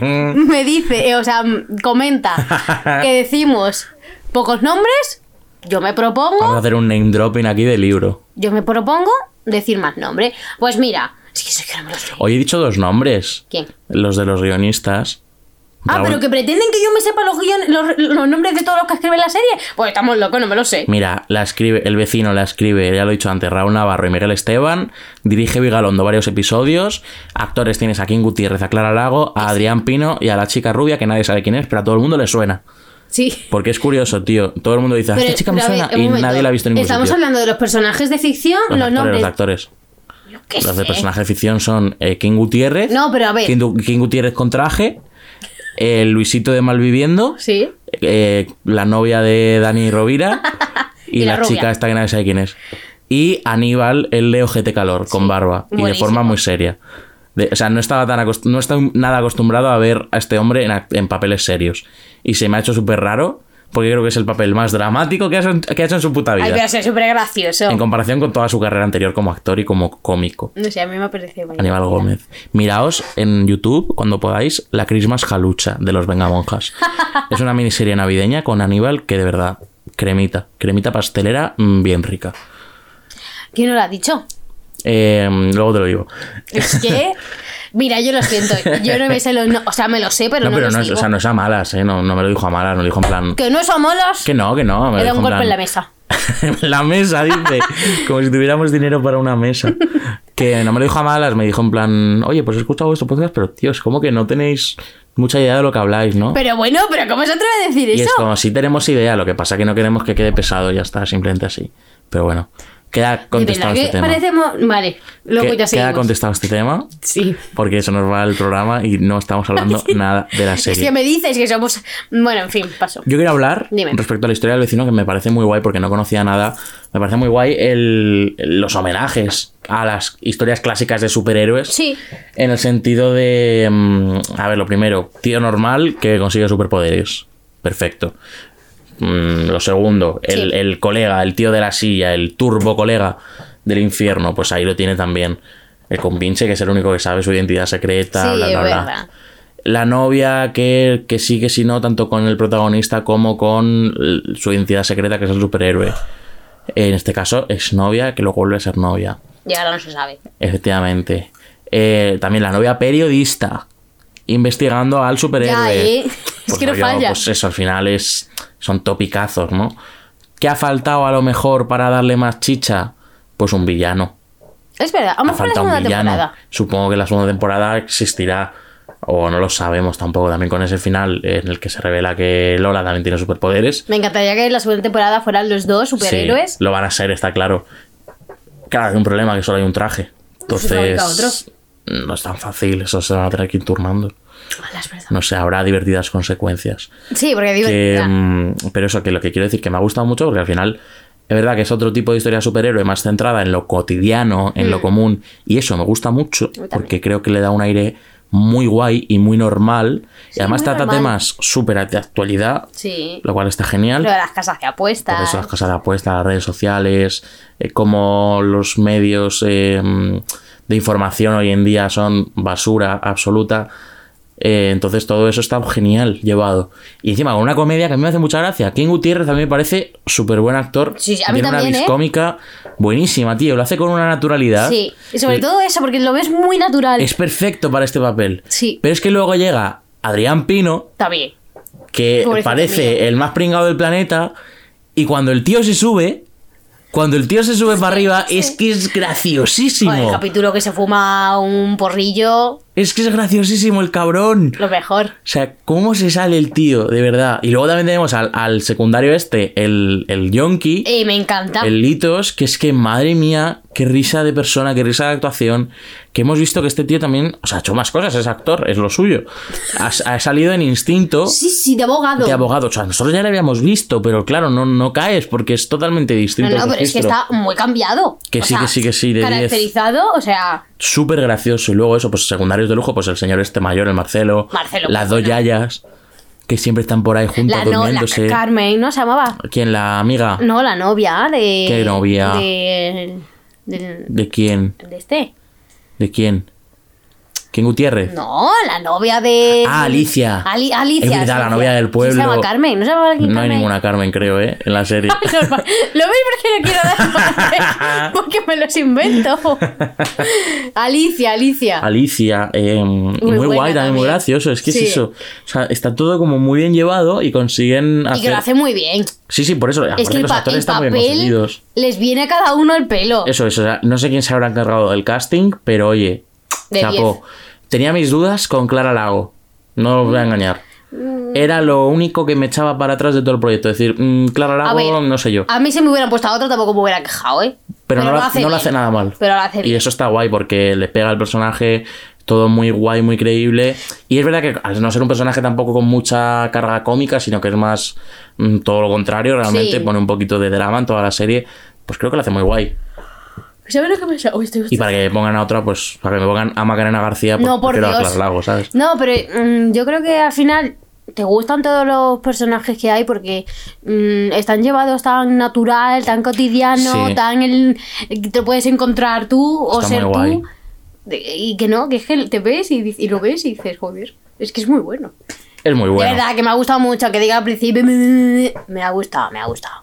[SPEAKER 2] me dice, eh, o sea, mm,
[SPEAKER 1] [LAUGHS]
[SPEAKER 2] comenta que decimos pocos nombres, yo
[SPEAKER 1] Vamos
[SPEAKER 2] me
[SPEAKER 1] a
[SPEAKER 2] propongo,
[SPEAKER 1] hacer un name dropping aquí de libro.
[SPEAKER 2] yo me propongo decir más nombres. Pues mira, es que eso yo no me lo sé.
[SPEAKER 1] Hoy he dicho dos nombres.
[SPEAKER 2] ¿Quién?
[SPEAKER 1] Los de los guionistas.
[SPEAKER 2] Ah,
[SPEAKER 1] Raúl-
[SPEAKER 2] pero que pretenden que yo me sepa los, guion- los, los nombres de todos los que escriben la serie. Pues estamos locos, no me lo sé.
[SPEAKER 1] Mira, la escribe, el vecino la escribe, ya lo he dicho antes, Raúl Navarro y Miguel Esteban. Dirige Vigalondo varios episodios. Actores tienes a Kim Gutiérrez, a Clara Lago, a Adrián Pino y a la chica rubia, que nadie sabe quién es, pero a todo el mundo le suena.
[SPEAKER 2] Sí.
[SPEAKER 1] Porque es curioso, tío. Todo el mundo dice, "Ah, esta chica me
[SPEAKER 2] pero a ver,
[SPEAKER 1] suena
[SPEAKER 2] un
[SPEAKER 1] y
[SPEAKER 2] momento.
[SPEAKER 1] nadie la ha visto en ningún
[SPEAKER 2] Estamos
[SPEAKER 1] sitio.
[SPEAKER 2] hablando de los personajes de ficción, los,
[SPEAKER 1] los actores,
[SPEAKER 2] nombres.
[SPEAKER 1] Los actores.
[SPEAKER 2] ¿Qué
[SPEAKER 1] Los de
[SPEAKER 2] sé?
[SPEAKER 1] personaje de ficción son eh, King Gutiérrez.
[SPEAKER 2] No, pero a ver.
[SPEAKER 1] King, Du- King Gutiérrez con traje. eh, Luisito de Malviviendo.
[SPEAKER 2] Sí.
[SPEAKER 1] eh, la novia de Dani
[SPEAKER 2] [LAUGHS]
[SPEAKER 1] Rovira. y,
[SPEAKER 2] Y la
[SPEAKER 1] la,
[SPEAKER 2] rubia.
[SPEAKER 1] chica esta que nadie sabe quién es. Y Aníbal, el de Ojete Calor, con barba. Y de
[SPEAKER 2] buenísimo.
[SPEAKER 1] forma muy seria. De- o sea, no estaba, tan acost- no estaba nada acostumbrado a ver a este hombre en, act- en papeles serios. Y se me ha hecho súper raro. Porque yo creo que es el papel más dramático que ha hecho, en- que ha hecho en su puta vida.
[SPEAKER 2] Ay, pero es súper gracioso.
[SPEAKER 1] En comparación con toda su carrera anterior como actor y como cómico.
[SPEAKER 2] No sé, a mí me parece bonito.
[SPEAKER 1] Aníbal Gómez. Miraos en YouTube, cuando podáis, La Christmas Jalucha de los
[SPEAKER 2] [LAUGHS]
[SPEAKER 1] Vengamonjas. es una miniserie navideña con Aníbal que de verdad, cremita. Cremita pastelera mm, bien rica.
[SPEAKER 2] ¿Quién no lo ha dicho?
[SPEAKER 1] Eh, luego te lo digo.
[SPEAKER 2] Es
[SPEAKER 1] [LAUGHS]
[SPEAKER 2] que. Mira, yo lo siento. Yo no me sé los. no- o sea, me lo sé, pero no,
[SPEAKER 1] no, pero
[SPEAKER 2] los
[SPEAKER 1] no es,
[SPEAKER 2] digo.
[SPEAKER 1] o sea, no es a malas, ¿eh? No, no me lo dijo a malas, no lo dijo en plan...
[SPEAKER 2] Que no somos los.
[SPEAKER 1] Que no, que no. me lo
[SPEAKER 2] He dado
[SPEAKER 1] dijo
[SPEAKER 2] un golpe
[SPEAKER 1] plan- [LAUGHS]
[SPEAKER 2] en la mesa.
[SPEAKER 1] la mesa, dice. Como si tuviéramos dinero para una mesa. Que no me lo dijo a malas, me dijo en plan, oye, pues he escuchado vuestro podcast, pero tío, es como que no tenéis mucha idea de lo que habláis, ¿no?
[SPEAKER 2] Pero bueno, pero ¿cómo se atreve a decir
[SPEAKER 1] y
[SPEAKER 2] eso?
[SPEAKER 1] es como, sí tenemos idea, lo que pasa que no queremos que quede pesado, ya está, simplemente así. Pero bueno, queda
[SPEAKER 2] De
[SPEAKER 1] contestado
[SPEAKER 2] verdad
[SPEAKER 1] este
[SPEAKER 2] que
[SPEAKER 1] tema.
[SPEAKER 2] parecemos. Vale, luego
[SPEAKER 1] Que-
[SPEAKER 2] ya
[SPEAKER 1] queda
[SPEAKER 2] seguimos.
[SPEAKER 1] contestado este tema,
[SPEAKER 2] Sí.
[SPEAKER 1] porque eso nos va al programa y no
[SPEAKER 2] [LAUGHS]
[SPEAKER 1] estamos hablando nada de la
[SPEAKER 2] Es que
[SPEAKER 1] serie.
[SPEAKER 2] me dices que somos. Bueno, en fin, paso.
[SPEAKER 1] Yo quiero hablar
[SPEAKER 2] Dime.
[SPEAKER 1] respecto a la historia del vecino, que me parece muy guay porque no conocía nada. Me parece muy guay el, el- los homenajes a las historias clásicas de superhéroes.
[SPEAKER 2] Sí.
[SPEAKER 1] En el sentido de. mm, A ver, lo primero, tío normal que consigue superpoderes. Perfecto. Mm, lo segundo, el,
[SPEAKER 2] Sí.
[SPEAKER 1] el colega, el tío de la silla, el turbo colega del infierno, pues ahí lo tiene también. El compinche, que es el único que sabe su identidad secreta,
[SPEAKER 2] Sí,
[SPEAKER 1] bla,
[SPEAKER 2] es
[SPEAKER 1] bla, bla.
[SPEAKER 2] verdad.
[SPEAKER 1] La novia que, que sí, que sí, no, tanto con el protagonista como con l- su identidad secreta, que es el superhéroe. En este caso, es novia, que luego vuelve a ser novia.
[SPEAKER 2] Y ahora no se sabe.
[SPEAKER 1] Efectivamente. Eh, también la novia periodista. Investigando al superhéroe.
[SPEAKER 2] Ya, ¿eh? [LAUGHS] Es que no
[SPEAKER 1] rollo,
[SPEAKER 2] falla.
[SPEAKER 1] Pues eso, al final es. Son topicazos, ¿no? ¿Qué ha faltado a lo mejor para darle más chicha? Pues un villano.
[SPEAKER 2] Es verdad,
[SPEAKER 1] Ha
[SPEAKER 2] vamos por la
[SPEAKER 1] faltado
[SPEAKER 2] segunda
[SPEAKER 1] un villano.
[SPEAKER 2] temporada.
[SPEAKER 1] Supongo que la segunda temporada existirá. O no lo sabemos tampoco. También con ese final en el que se revela que Lola también tiene superpoderes.
[SPEAKER 2] Me encantaría que en la segunda temporada fueran los dos superhéroes.
[SPEAKER 1] Sí, lo van a ser, está claro. Claro, hay un problema que solo hay un traje.
[SPEAKER 2] fabrica otro?
[SPEAKER 1] Entonces. No es tan fácil, eso se van a tener que ir turnando.
[SPEAKER 2] Hola, es Ah, verdad.
[SPEAKER 1] No sé, habrá divertidas consecuencias.
[SPEAKER 2] Sí, porque digo.
[SPEAKER 1] Que,
[SPEAKER 2] ya.
[SPEAKER 1] mm, pero eso, que lo que quiero decir, que me ha gustado mucho porque al final es verdad que es otro tipo de historia superhéroe más centrada en lo cotidiano, en
[SPEAKER 2] Mm.
[SPEAKER 1] lo común, y eso me gusta mucho porque creo que le da un aire muy guay y muy normal. y además
[SPEAKER 2] muy
[SPEAKER 1] trata
[SPEAKER 2] normal.
[SPEAKER 1] temas súper de actualidad,
[SPEAKER 2] Sí.
[SPEAKER 1] lo cual está genial.
[SPEAKER 2] Lo de las casas de apuestas.
[SPEAKER 1] Por eso las casas de apuestas, las redes sociales, eh, como los medios eh, de información hoy en día son basura absoluta. Eh, entonces todo eso está genial llevado. Y encima con una comedia que a mí me hace mucha gracia. King Gutiérrez a mí me parece súper buen actor.
[SPEAKER 2] Sí, sí, a mí
[SPEAKER 1] Tiene
[SPEAKER 2] también,
[SPEAKER 1] una
[SPEAKER 2] ¿eh?
[SPEAKER 1] vis cómica buenísima, tío. Lo hace con una naturalidad.
[SPEAKER 2] Sí, y sobre
[SPEAKER 1] Y
[SPEAKER 2] todo eso, porque lo ves muy natural.
[SPEAKER 1] Eh, Es perfecto para este papel.
[SPEAKER 2] Sí.
[SPEAKER 1] Pero es que luego llega Adrián Pino,
[SPEAKER 2] Está bien.
[SPEAKER 1] que
[SPEAKER 2] Pobrecito
[SPEAKER 1] parece
[SPEAKER 2] mío.
[SPEAKER 1] el más pringado del planeta, y cuando el tío se sube, Cuando el tío se sube para arriba, es que es graciosísimo.
[SPEAKER 2] Joder, el capítulo que se fuma un porrillo,
[SPEAKER 1] Es que es graciosísimo el cabrón.
[SPEAKER 2] lo mejor.
[SPEAKER 1] O sea, ¿cómo se sale el tío? De verdad. Y luego también tenemos al, al secundario este, el, el yonki,
[SPEAKER 2] Y me encanta.
[SPEAKER 1] el Litos, que es que, madre mía, qué risa de persona, qué risa de actuación. Que hemos visto que este tío también, o sea, ha hecho más cosas, es actor, es lo suyo. Ha, ha salido en instinto
[SPEAKER 3] Sí, sí, de abogado.
[SPEAKER 1] de abogado. O sea, nosotros ya lo habíamos visto, pero claro, no, no caes porque es totalmente
[SPEAKER 2] No,
[SPEAKER 1] distinto.
[SPEAKER 2] no,
[SPEAKER 1] el
[SPEAKER 2] pero es que
[SPEAKER 1] registro.
[SPEAKER 2] está muy cambiado.
[SPEAKER 1] Que
[SPEAKER 2] O
[SPEAKER 1] sí,
[SPEAKER 2] sea,
[SPEAKER 1] que sí, que sí, de diez.
[SPEAKER 2] Caracterizado, o sea,
[SPEAKER 1] súper gracioso. Y luego eso, pues secundarios de lujo, pues el señor este mayor, el Marcelo,
[SPEAKER 2] Marcelo,
[SPEAKER 1] las
[SPEAKER 2] muy
[SPEAKER 1] dos yayas, que siempre están por ahí juntas
[SPEAKER 2] la no, la
[SPEAKER 1] durmiéndose.
[SPEAKER 2] Carmen, ¿no se llamaba?
[SPEAKER 1] ¿Quién? ¿La amiga?
[SPEAKER 2] No, la novia de.
[SPEAKER 1] ¿Qué novia?
[SPEAKER 2] De, del-
[SPEAKER 1] ¿De quién?
[SPEAKER 2] de este.
[SPEAKER 1] ¿De quién? ¿Quién Gutiérrez?
[SPEAKER 2] No, la novia de.
[SPEAKER 1] Ah, Alicia.
[SPEAKER 2] Ali- Alicia.
[SPEAKER 1] Es verdad, la
[SPEAKER 2] sí,
[SPEAKER 1] novia del pueblo.
[SPEAKER 2] Se llama Carmen, no se llama alguien
[SPEAKER 1] No hay
[SPEAKER 2] Carmen?
[SPEAKER 1] ninguna Carmen, creo, ¿eh? En la serie.
[SPEAKER 2] [LAUGHS] Lo veis porque no quiero
[SPEAKER 1] [LAUGHS]
[SPEAKER 2] dar spoilers, porque me los invento. Alicia, Alicia.
[SPEAKER 1] Alicia, eh, y muy,
[SPEAKER 2] buena
[SPEAKER 1] guay, también muy
[SPEAKER 2] también.
[SPEAKER 1] gracioso. Es que
[SPEAKER 2] Sí.
[SPEAKER 1] es eso. O sea, está todo como muy bien llevado y consiguen
[SPEAKER 2] Y que
[SPEAKER 1] hacer.
[SPEAKER 2] lo hace muy bien.
[SPEAKER 1] Sí, sí, por eso.
[SPEAKER 2] Es
[SPEAKER 1] aparte
[SPEAKER 2] que el,
[SPEAKER 1] los
[SPEAKER 2] pa-
[SPEAKER 1] Ah, pues actores
[SPEAKER 2] el
[SPEAKER 1] están muy bien
[SPEAKER 2] papel
[SPEAKER 1] conseguidos.
[SPEAKER 2] les viene a cada uno el pelo.
[SPEAKER 1] Eso es, o sea, no sé quién se habrá encargado del casting, pero oye,
[SPEAKER 2] De
[SPEAKER 1] chapó. Tenía mis dudas con Clara Lago. No os voy a engañar.
[SPEAKER 2] Mm.
[SPEAKER 1] Era lo único que me echaba para atrás de todo el proyecto. Es decir, mm, Clara
[SPEAKER 2] A
[SPEAKER 1] Lago,
[SPEAKER 2] ver,
[SPEAKER 1] no sé yo.
[SPEAKER 2] A mí se me hubieran puesto a otro, tampoco me hubiera quejado, ¿eh?
[SPEAKER 1] Pero, no, lo hace, no lo
[SPEAKER 2] bien.
[SPEAKER 1] hace nada mal.
[SPEAKER 2] Pero lo hace
[SPEAKER 1] Y
[SPEAKER 2] bien.
[SPEAKER 1] eso está guay porque le pega al personaje, todo muy guay, muy creíble. Y es verdad que al no ser un personaje tampoco con mucha carga cómica, sino que es más mm, todo lo contrario, realmente
[SPEAKER 2] Sí.
[SPEAKER 1] pone un poquito de drama en toda la serie, pues creo que lo hace muy guay.
[SPEAKER 2] ¿Sabes lo que me sa- Uy, estoy-
[SPEAKER 1] Y para que me pongan a otra, pues para que me pongan a Macarena García, pues
[SPEAKER 2] No, por
[SPEAKER 1] prefiero a
[SPEAKER 2] Dios.
[SPEAKER 1] Clara Lago, ¿sabes?
[SPEAKER 2] No, pero mm, yo creo que al final te gustan todos los personajes que hay porque mm, están llevados tan natural, tan cotidiano,
[SPEAKER 1] Sí.
[SPEAKER 2] tan el que te puedes encontrar tú o
[SPEAKER 1] Está
[SPEAKER 2] ser
[SPEAKER 1] muy guay.
[SPEAKER 2] tú. De- Y que no, que es que te ves y, dic- y lo ves y dices, joder, es que es muy bueno.
[SPEAKER 1] Es muy bueno.
[SPEAKER 2] De verdad, que me ha gustado mucho, que diga al principio, "Me- me- me me ha gustado, me ha gustado,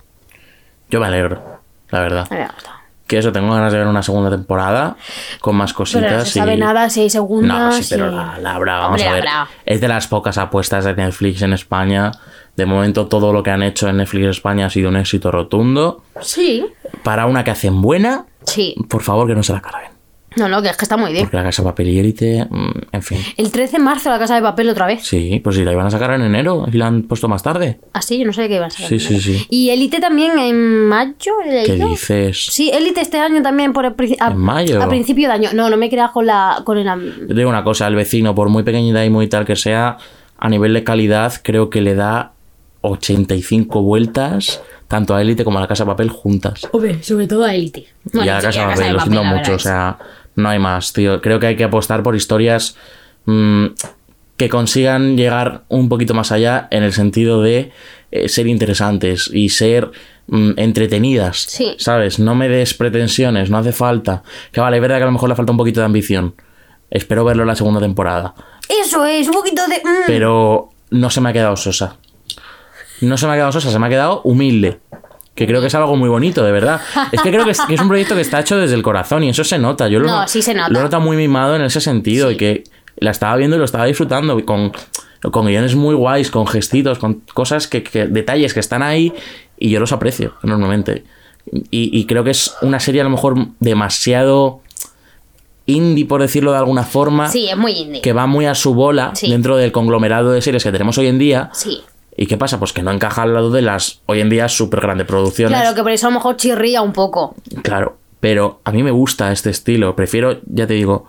[SPEAKER 1] Yo me alegro, la verdad.
[SPEAKER 2] me ha gustado.
[SPEAKER 1] Que eso, tengo ganas de ver una segunda temporada con más cositas.
[SPEAKER 2] Pero no se sabe
[SPEAKER 1] y-
[SPEAKER 2] nada si hay segunda.
[SPEAKER 1] No, sí,
[SPEAKER 2] si-
[SPEAKER 1] pero la, la habrá, vamos
[SPEAKER 2] Hombre,
[SPEAKER 1] a
[SPEAKER 2] la
[SPEAKER 1] ver.
[SPEAKER 2] habrá.
[SPEAKER 1] Es de las pocas apuestas de Netflix en España. De momento todo lo que han hecho en Netflix España ha sido un éxito rotundo.
[SPEAKER 2] Sí,
[SPEAKER 1] Para una que hacen buena,
[SPEAKER 2] sí.
[SPEAKER 1] por favor que no se la carguen.
[SPEAKER 2] No, no, que es que está muy bien.
[SPEAKER 1] Porque la Casa de Papel y Élite, mm, en fin.
[SPEAKER 2] El 13 de marzo la casa de papel otra vez.
[SPEAKER 1] Sí, pues si la iban a sacar en enero y la han puesto más tarde.
[SPEAKER 2] Así, yo no sé qué iba a ser.
[SPEAKER 1] Sí, sí, sí.
[SPEAKER 2] Y Elite también en mayo. ¿he
[SPEAKER 1] ¿Qué
[SPEAKER 2] leído?
[SPEAKER 1] dices?
[SPEAKER 2] Sí, Elite este año también por el princi- a,
[SPEAKER 1] ¿En mayo?
[SPEAKER 2] a principio de año. No, no me creas con la con el am-
[SPEAKER 1] Yo te digo una cosa, el vecino, por muy pequeñita y muy tal que sea, a nivel de calidad creo que le da 85 vueltas, tanto a Élite como a la Casa de Papel juntas.
[SPEAKER 3] Hombre, sobre todo a Elite.
[SPEAKER 1] y a la
[SPEAKER 2] sí,
[SPEAKER 1] Casa
[SPEAKER 2] la
[SPEAKER 1] de
[SPEAKER 2] Casa
[SPEAKER 1] Papel,
[SPEAKER 2] de
[SPEAKER 1] lo
[SPEAKER 2] Papel,
[SPEAKER 1] siento
[SPEAKER 2] la
[SPEAKER 1] mucho,
[SPEAKER 2] verdad
[SPEAKER 1] o
[SPEAKER 2] es-
[SPEAKER 1] sea, no hay más, tío. Creo que hay que apostar por historias mm, que consigan llegar un poquito más allá en el sentido de eh, ser interesantes y ser mm, entretenidas,
[SPEAKER 2] Sí.
[SPEAKER 1] ¿sabes? No me des pretensiones, no hace falta. Que vale, es verdad que a lo mejor le falta un poquito de ambición. Espero verlo en la segunda temporada.
[SPEAKER 2] Eso es, un poquito de. mm,
[SPEAKER 1] Pero no se me ha quedado sosa. No se me ha quedado sosa, se me ha quedado humilde. Que creo que es algo muy bonito, de verdad. Es que creo que es, que es un proyecto que está hecho desde el corazón y eso se nota. Yo lo,
[SPEAKER 2] No, sí se nota.
[SPEAKER 1] lo he notado muy mimado en ese sentido y que la estaba viendo y lo estaba disfrutando y con, con guiones muy guays, con gestitos, con cosas que, que- detalles que están ahí y yo los aprecio enormemente. Y, y creo que es una serie a lo mejor demasiado indie, por decirlo de alguna forma
[SPEAKER 2] sí, es muy indie.
[SPEAKER 1] que va muy a su bola
[SPEAKER 2] Sí.
[SPEAKER 1] dentro del conglomerado de series que tenemos hoy en día.
[SPEAKER 2] Sí.
[SPEAKER 1] ¿Y qué pasa? Pues que no encaja al lado de las hoy en día súper grandes producciones.
[SPEAKER 2] Claro, que por eso a lo mejor chirría un poco.
[SPEAKER 1] Claro, pero a mí me gusta este estilo. Prefiero, ya te digo,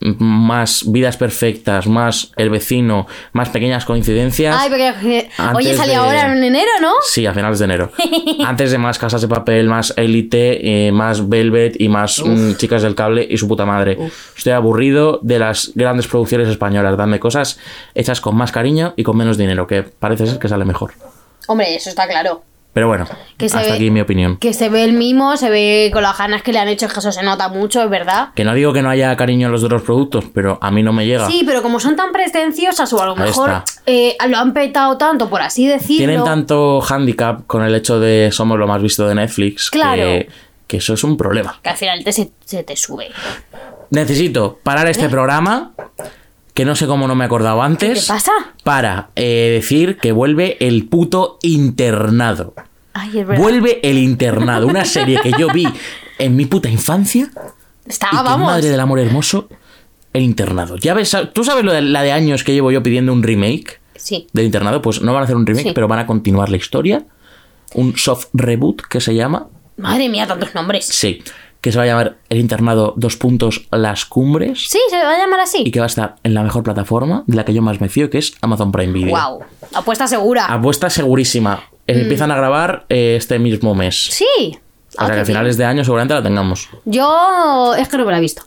[SPEAKER 1] m- más vidas perfectas, más el vecino, más pequeñas coincidencias.
[SPEAKER 2] Ay, porque. Oye,
[SPEAKER 1] antes
[SPEAKER 2] salió
[SPEAKER 1] de-
[SPEAKER 2] ahora en enero, ¿no?
[SPEAKER 1] Sí, a finales de
[SPEAKER 2] [LAUGHS]
[SPEAKER 1] enero. Antes de más Casas de Papel, más Elite, eh, más Velvet y más mm, Chicas del Cable y su puta madre. Estoy aburrido de las grandes producciones españolas. Dame cosas hechas con más cariño y con menos dinero, que parece ser que sale mejor.
[SPEAKER 2] Hombre, eso está claro.
[SPEAKER 1] Pero bueno,
[SPEAKER 2] Que se
[SPEAKER 1] hasta
[SPEAKER 2] ve-
[SPEAKER 1] aquí mi opinión.
[SPEAKER 2] Que se ve el mimo, se ve con las ganas que le han hecho, es que eso se nota mucho, es verdad.
[SPEAKER 1] Que no digo que no haya cariño en los otros productos, pero a mí no me llega.
[SPEAKER 2] Sí, pero como son tan pretenciosas o a lo
[SPEAKER 1] Ah. Ahí
[SPEAKER 2] mejor
[SPEAKER 1] está.
[SPEAKER 2] eh, lo han petado tanto, por así decirlo.
[SPEAKER 1] Tienen tanto handicap con el hecho de somos lo más visto de Netflix
[SPEAKER 2] Claro.
[SPEAKER 1] que, que eso es un problema.
[SPEAKER 2] que al final te, se, se te sube.
[SPEAKER 1] Necesito parar este programa, que no sé cómo no me he acordado antes.
[SPEAKER 2] ¿Qué pasa?
[SPEAKER 1] Para eh, decir que vuelve el puto internado.
[SPEAKER 2] Ay, es verdad.
[SPEAKER 1] Vuelve el internado, una serie que yo vi en mi puta infancia.
[SPEAKER 2] Estaba,
[SPEAKER 1] y que,
[SPEAKER 2] Ah, vamos.
[SPEAKER 1] Madre del amor hermoso, el internado. Ya ves, ¿tú sabes lo de, la de años que llevo yo pidiendo un remake
[SPEAKER 2] Sí.
[SPEAKER 1] del internado? Pues no van a hacer un remake,
[SPEAKER 2] Sí.
[SPEAKER 1] pero van a continuar la historia. Un soft reboot que se llama.
[SPEAKER 2] Madre mía, tantos nombres.
[SPEAKER 1] Sí. Que se va a llamar El internado, dos puntos, las cumbres.
[SPEAKER 2] Sí, se va a llamar
[SPEAKER 1] Y
[SPEAKER 2] así.
[SPEAKER 1] que va a estar en la mejor plataforma de la que yo más me fío, que es Amazon Prime Video.
[SPEAKER 2] Wow. Apuesta segura.
[SPEAKER 1] Apuesta segurísima. Eh, Empiezan a grabar eh, este mismo mes.
[SPEAKER 2] Mm. Sí. Ah,
[SPEAKER 1] O sea que a finales de año seguramente la tengamos.
[SPEAKER 2] Yo es que no me la he visto.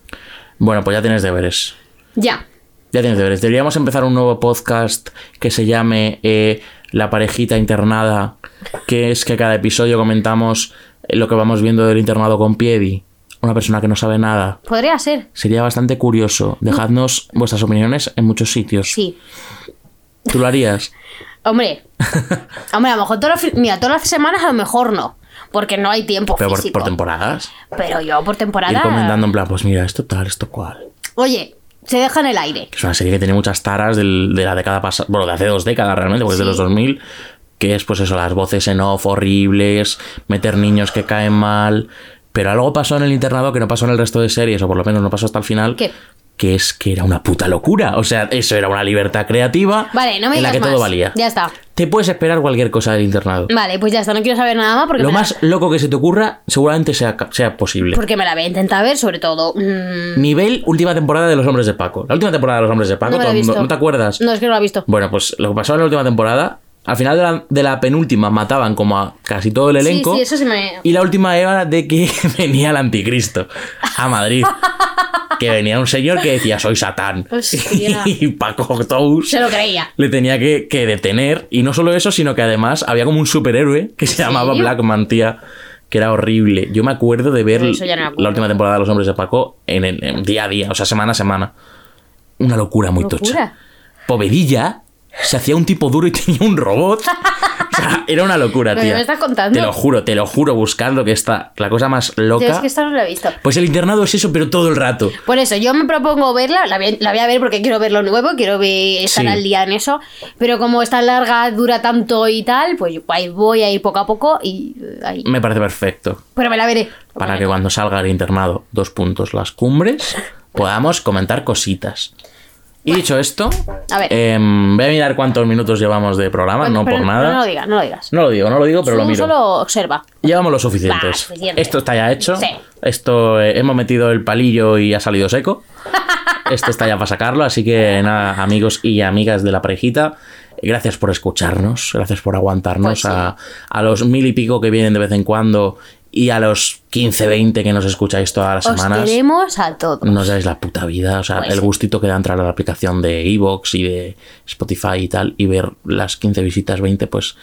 [SPEAKER 1] Bueno, pues ya tienes deberes.
[SPEAKER 2] Ya.
[SPEAKER 1] Ya tienes deberes. Deberíamos empezar un nuevo podcast que se llame eh, La parejita internada, que es que cada episodio comentamos eh, lo que vamos viendo del internado con Piedi, una persona que no sabe nada.
[SPEAKER 2] Podría ser.
[SPEAKER 1] Sería bastante curioso. Dejadnos vuestras opiniones en muchos sitios.
[SPEAKER 2] Sí.
[SPEAKER 1] ¿Tú lo harías? [LAUGHS]
[SPEAKER 2] Hombre. Hombre, a lo mejor todas las, fi- mira, todas las semanas a lo mejor no. Porque no hay tiempo
[SPEAKER 1] Pero por,
[SPEAKER 2] físico.
[SPEAKER 1] por temporadas.
[SPEAKER 2] Pero yo por
[SPEAKER 1] Ir
[SPEAKER 2] temporada.
[SPEAKER 1] comentando en plan, pues mira, esto tal, esto cual.
[SPEAKER 2] Oye, se deja en el aire.
[SPEAKER 1] Que es una serie que tiene muchas taras del- de la década pasada, bueno, de hace dos décadas realmente, porque es de los 2000, que es pues eso, las voces en off horribles, meter niños que caen mal, pero algo pasó en el internado que no pasó en el resto de series, o por lo menos no pasó hasta el final.
[SPEAKER 2] ¿Qué?
[SPEAKER 1] Que es que era una puta locura. O sea, eso era una libertad creativa
[SPEAKER 2] Vale, no me
[SPEAKER 1] en la
[SPEAKER 2] digas
[SPEAKER 1] que todo
[SPEAKER 2] más.
[SPEAKER 1] valía.
[SPEAKER 2] Ya está.
[SPEAKER 1] Te puedes esperar cualquier cosa del internado.
[SPEAKER 2] Vale, pues ya está, no quiero saber nada más porque,
[SPEAKER 1] Lo
[SPEAKER 2] me, la-
[SPEAKER 1] más loco que se te ocurra seguramente sea, ca- sea posible.
[SPEAKER 2] porque me la voy a intentar ver, sobre todo. Mm,
[SPEAKER 1] Nivel última temporada de Los Hombres de Paco. La última temporada de Los Hombres de Paco,
[SPEAKER 2] no me la
[SPEAKER 1] todo
[SPEAKER 2] he
[SPEAKER 1] el mundo-
[SPEAKER 2] visto.
[SPEAKER 1] ¿no te acuerdas?
[SPEAKER 2] No, es que no la he visto.
[SPEAKER 1] Bueno, pues lo que pasó en la última temporada, al final de la, de la penúltima mataban como a casi todo el elenco.
[SPEAKER 2] Sí, sí, eso se me.
[SPEAKER 1] Y la última era de que [LAUGHS] venía el anticristo a
[SPEAKER 2] [LAUGHS]
[SPEAKER 1] Madrid. que venía un señor que decía, soy Satán.
[SPEAKER 2] Hostia.
[SPEAKER 1] [LAUGHS] y Paco Tous
[SPEAKER 2] Se lo creía.
[SPEAKER 1] le tenía que, que detener. Y no solo eso, sino que además había como un superhéroe que se llamaba
[SPEAKER 2] serio?
[SPEAKER 1] Black Mantía, que era horrible. Yo me acuerdo de ver
[SPEAKER 2] Pero eso ya no me acuerdo.
[SPEAKER 1] la última temporada de Los Hombres de Paco en, el en día a día, o sea, semana a semana. Una locura muy tocha.
[SPEAKER 2] Locura.
[SPEAKER 1] Povedilla se hacía un tipo duro y [LAUGHS] tenía un robot. O sea, era una locura,
[SPEAKER 2] ¿Pero
[SPEAKER 1] tía.
[SPEAKER 2] me estás contando?
[SPEAKER 1] Te lo juro, te lo juro, buscando que está la cosa más
[SPEAKER 2] Yo es
[SPEAKER 1] loca.
[SPEAKER 2] que esta no la he visto.
[SPEAKER 1] Pues el internado es eso, pero todo el rato.
[SPEAKER 2] Por eso, yo me propongo verla, la voy, la voy a ver porque quiero ver lo nuevo, quiero ver, estar
[SPEAKER 1] Sí.
[SPEAKER 2] al día en eso, pero como es tan larga, dura tanto y tal, pues yo ahí voy a ir poco a poco y eh, ahí.
[SPEAKER 1] Me parece perfecto.
[SPEAKER 2] Pero me la veré.
[SPEAKER 1] Para que cuando salga el internado, dos puntos, las
[SPEAKER 2] [LAUGHS]
[SPEAKER 1] cumbres, podamos comentar cositas. Y dicho esto,
[SPEAKER 2] A ver.
[SPEAKER 1] em, voy a mirar cuántos minutos llevamos de programa,
[SPEAKER 2] Bueno,
[SPEAKER 1] no
[SPEAKER 2] pero
[SPEAKER 1] por
[SPEAKER 2] No lo
[SPEAKER 1] nada.
[SPEAKER 2] digas, no lo digas.
[SPEAKER 1] No lo digo, no lo digo, pero lo
[SPEAKER 2] Tú
[SPEAKER 1] miro.
[SPEAKER 2] solo observa.
[SPEAKER 1] Llevamos lo suficientes.
[SPEAKER 2] Va, suficiente.
[SPEAKER 1] Esto está ya hecho.
[SPEAKER 2] Sí.
[SPEAKER 1] Esto eh, hemos metido el palillo y ha salido
[SPEAKER 2] [LAUGHS]
[SPEAKER 1] seco. Esto está ya para sacarlo, así que nada, amigos y amigas de la parejita, gracias por escucharnos, gracias por aguantarnos
[SPEAKER 2] Pues sí.
[SPEAKER 1] a, a los mil y pico que vienen de vez en cuando y a los 15, 20 que nos escucháis todas las
[SPEAKER 2] Os
[SPEAKER 1] semanas.
[SPEAKER 2] queremos a todos.
[SPEAKER 1] No dais la puta vida, o sea,
[SPEAKER 2] Pues
[SPEAKER 1] el
[SPEAKER 2] sí.
[SPEAKER 1] gustito que da entrar a la aplicación de Evox y de Spotify y tal y ver las 15 visitas, 20, pues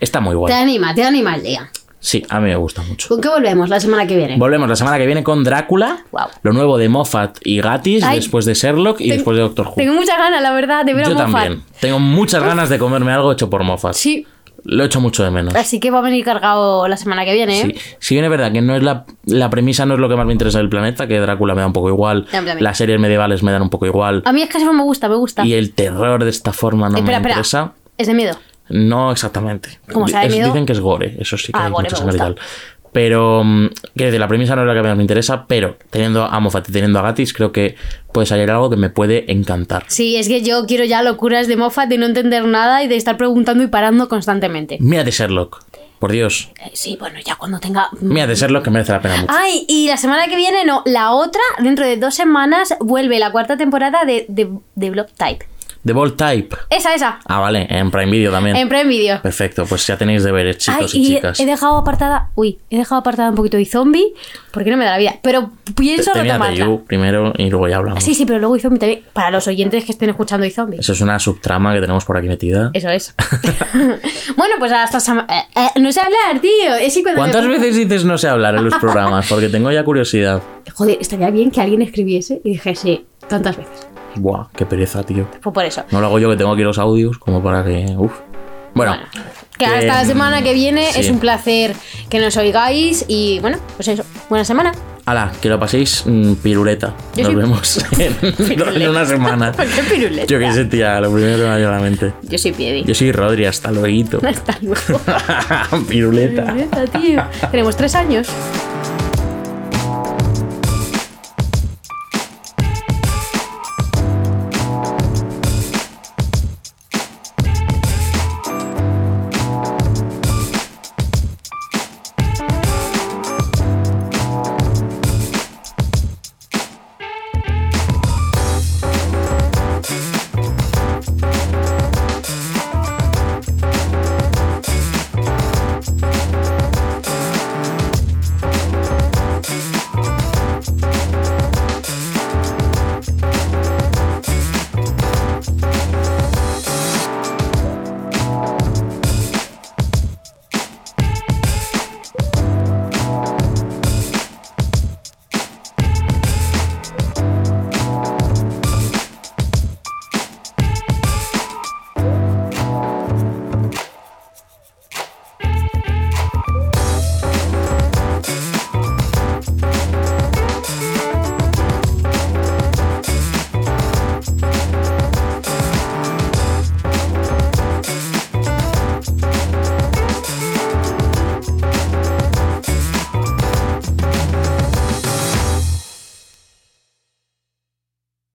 [SPEAKER 1] está muy
[SPEAKER 2] Te
[SPEAKER 1] guay.
[SPEAKER 2] anima, te anima el día.
[SPEAKER 1] Sí, a mí me gusta mucho.
[SPEAKER 3] ¿Con qué volvemos la semana que viene?
[SPEAKER 1] Volvemos la semana que viene con Drácula,
[SPEAKER 2] Guau.
[SPEAKER 1] lo nuevo de Moffat y Gatis,
[SPEAKER 2] Ay.
[SPEAKER 1] después de Sherlock y después de Doctor Who.
[SPEAKER 2] Tengo muchas ganas, la verdad, de ver a
[SPEAKER 1] Yo
[SPEAKER 2] Moffat.
[SPEAKER 1] también. Tengo muchas ganas de comerme algo hecho por Moffat.
[SPEAKER 2] Sí,
[SPEAKER 1] Lo echo mucho de menos.
[SPEAKER 2] así que va a venir cargado la semana que viene. ¿eh?
[SPEAKER 1] Sí. Si bien es verdad que no es la, la premisa no es lo que más me interesa del planeta, que Drácula me da un poco igual,
[SPEAKER 2] Ya, también.
[SPEAKER 1] las series medievales me dan un poco igual
[SPEAKER 2] A mí es que eso me gusta, me gusta.
[SPEAKER 1] y el terror de esta forma no
[SPEAKER 2] espera,
[SPEAKER 1] me
[SPEAKER 2] espera.
[SPEAKER 1] interesa.
[SPEAKER 2] Es de miedo.
[SPEAKER 1] No exactamente.
[SPEAKER 2] ¿Cómo sabe
[SPEAKER 1] Es-
[SPEAKER 2] miedo?
[SPEAKER 1] Dicen que es gore, eso sí que
[SPEAKER 2] Ah,
[SPEAKER 1] hay
[SPEAKER 2] gore,
[SPEAKER 1] mucha
[SPEAKER 2] me
[SPEAKER 1] sangre y
[SPEAKER 2] gusta.
[SPEAKER 1] tal. Pero mm, que de la premisa no es la que más me interesa, pero teniendo a Moffat y teniendo a Gatis, creo que puede salir algo que me puede encantar.
[SPEAKER 2] Sí, es que yo quiero ya locuras de Moffat de no entender nada y de estar preguntando y parando constantemente.
[SPEAKER 1] Mírate Sherlock, por Dios.
[SPEAKER 2] Eh, Sí, bueno, ya cuando tenga...
[SPEAKER 1] Mírate Sherlock que merece la pena mucho.
[SPEAKER 2] Ay, y la semana que viene, no, la otra, dentro de dos semanas, vuelve la cuarta temporada de, de, de Blob Type.
[SPEAKER 1] The Bold Type.
[SPEAKER 2] Esa, esa.
[SPEAKER 1] Ah, vale, en Prime Video también.
[SPEAKER 2] En Prime Video.
[SPEAKER 1] Perfecto, pues ya tenéis deberes,
[SPEAKER 2] Ay,
[SPEAKER 1] chicos y
[SPEAKER 2] y he,
[SPEAKER 1] chicas.
[SPEAKER 2] he dejado apartada... Uy, he dejado apartada un poquito de zombie porque no me da la vida. Pero pienso
[SPEAKER 1] Te- te mírate
[SPEAKER 2] retomarla.
[SPEAKER 1] You primero y luego ya hablamos.
[SPEAKER 2] Sí, sí, pero luego zombie también. Para los oyentes que estén escuchando zombie.
[SPEAKER 1] Eso es una subtrama que tenemos por aquí metida.
[SPEAKER 2] Eso es. [LAUGHS] bueno, pues hasta... sama- eh, eh, no sé hablar, tío. Es que cuando me
[SPEAKER 1] ¿Cuántas
[SPEAKER 2] pongo-
[SPEAKER 1] veces dices no sé hablar
[SPEAKER 2] [LAUGHS]
[SPEAKER 1] en los programas? Porque tengo ya curiosidad.
[SPEAKER 3] Joder, estaría bien que alguien escribiese y dijese tantas veces.
[SPEAKER 1] Buah, qué pereza, tío.
[SPEAKER 2] Pues por eso.
[SPEAKER 1] No lo hago yo que tengo aquí los audios como para que. Uf. Bueno.
[SPEAKER 2] Bueno, que hasta la
[SPEAKER 1] eh,
[SPEAKER 2] semana que viene
[SPEAKER 1] sí. [LAUGHS]
[SPEAKER 2] es un placer que nos oigáis y bueno, pues eso, buena semana.
[SPEAKER 1] Ala, que lo paséis mm, piruleta.
[SPEAKER 2] Yo
[SPEAKER 1] Nos
[SPEAKER 2] soy-
[SPEAKER 1] vemos
[SPEAKER 2] [LAUGHS]
[SPEAKER 1] en, [LAUGHS] en una semana.
[SPEAKER 2] Qué piruleta.
[SPEAKER 1] Yo qué sé, tía, lo primero que me ha llegado a la mente.
[SPEAKER 2] Yo soy Piedi.
[SPEAKER 1] Yo soy Rodri, hasta luego. [LAUGHS]
[SPEAKER 2] [LAUGHS] Hasta luego.
[SPEAKER 1] piruleta.
[SPEAKER 2] Piruleta, tío. Tenemos tres años.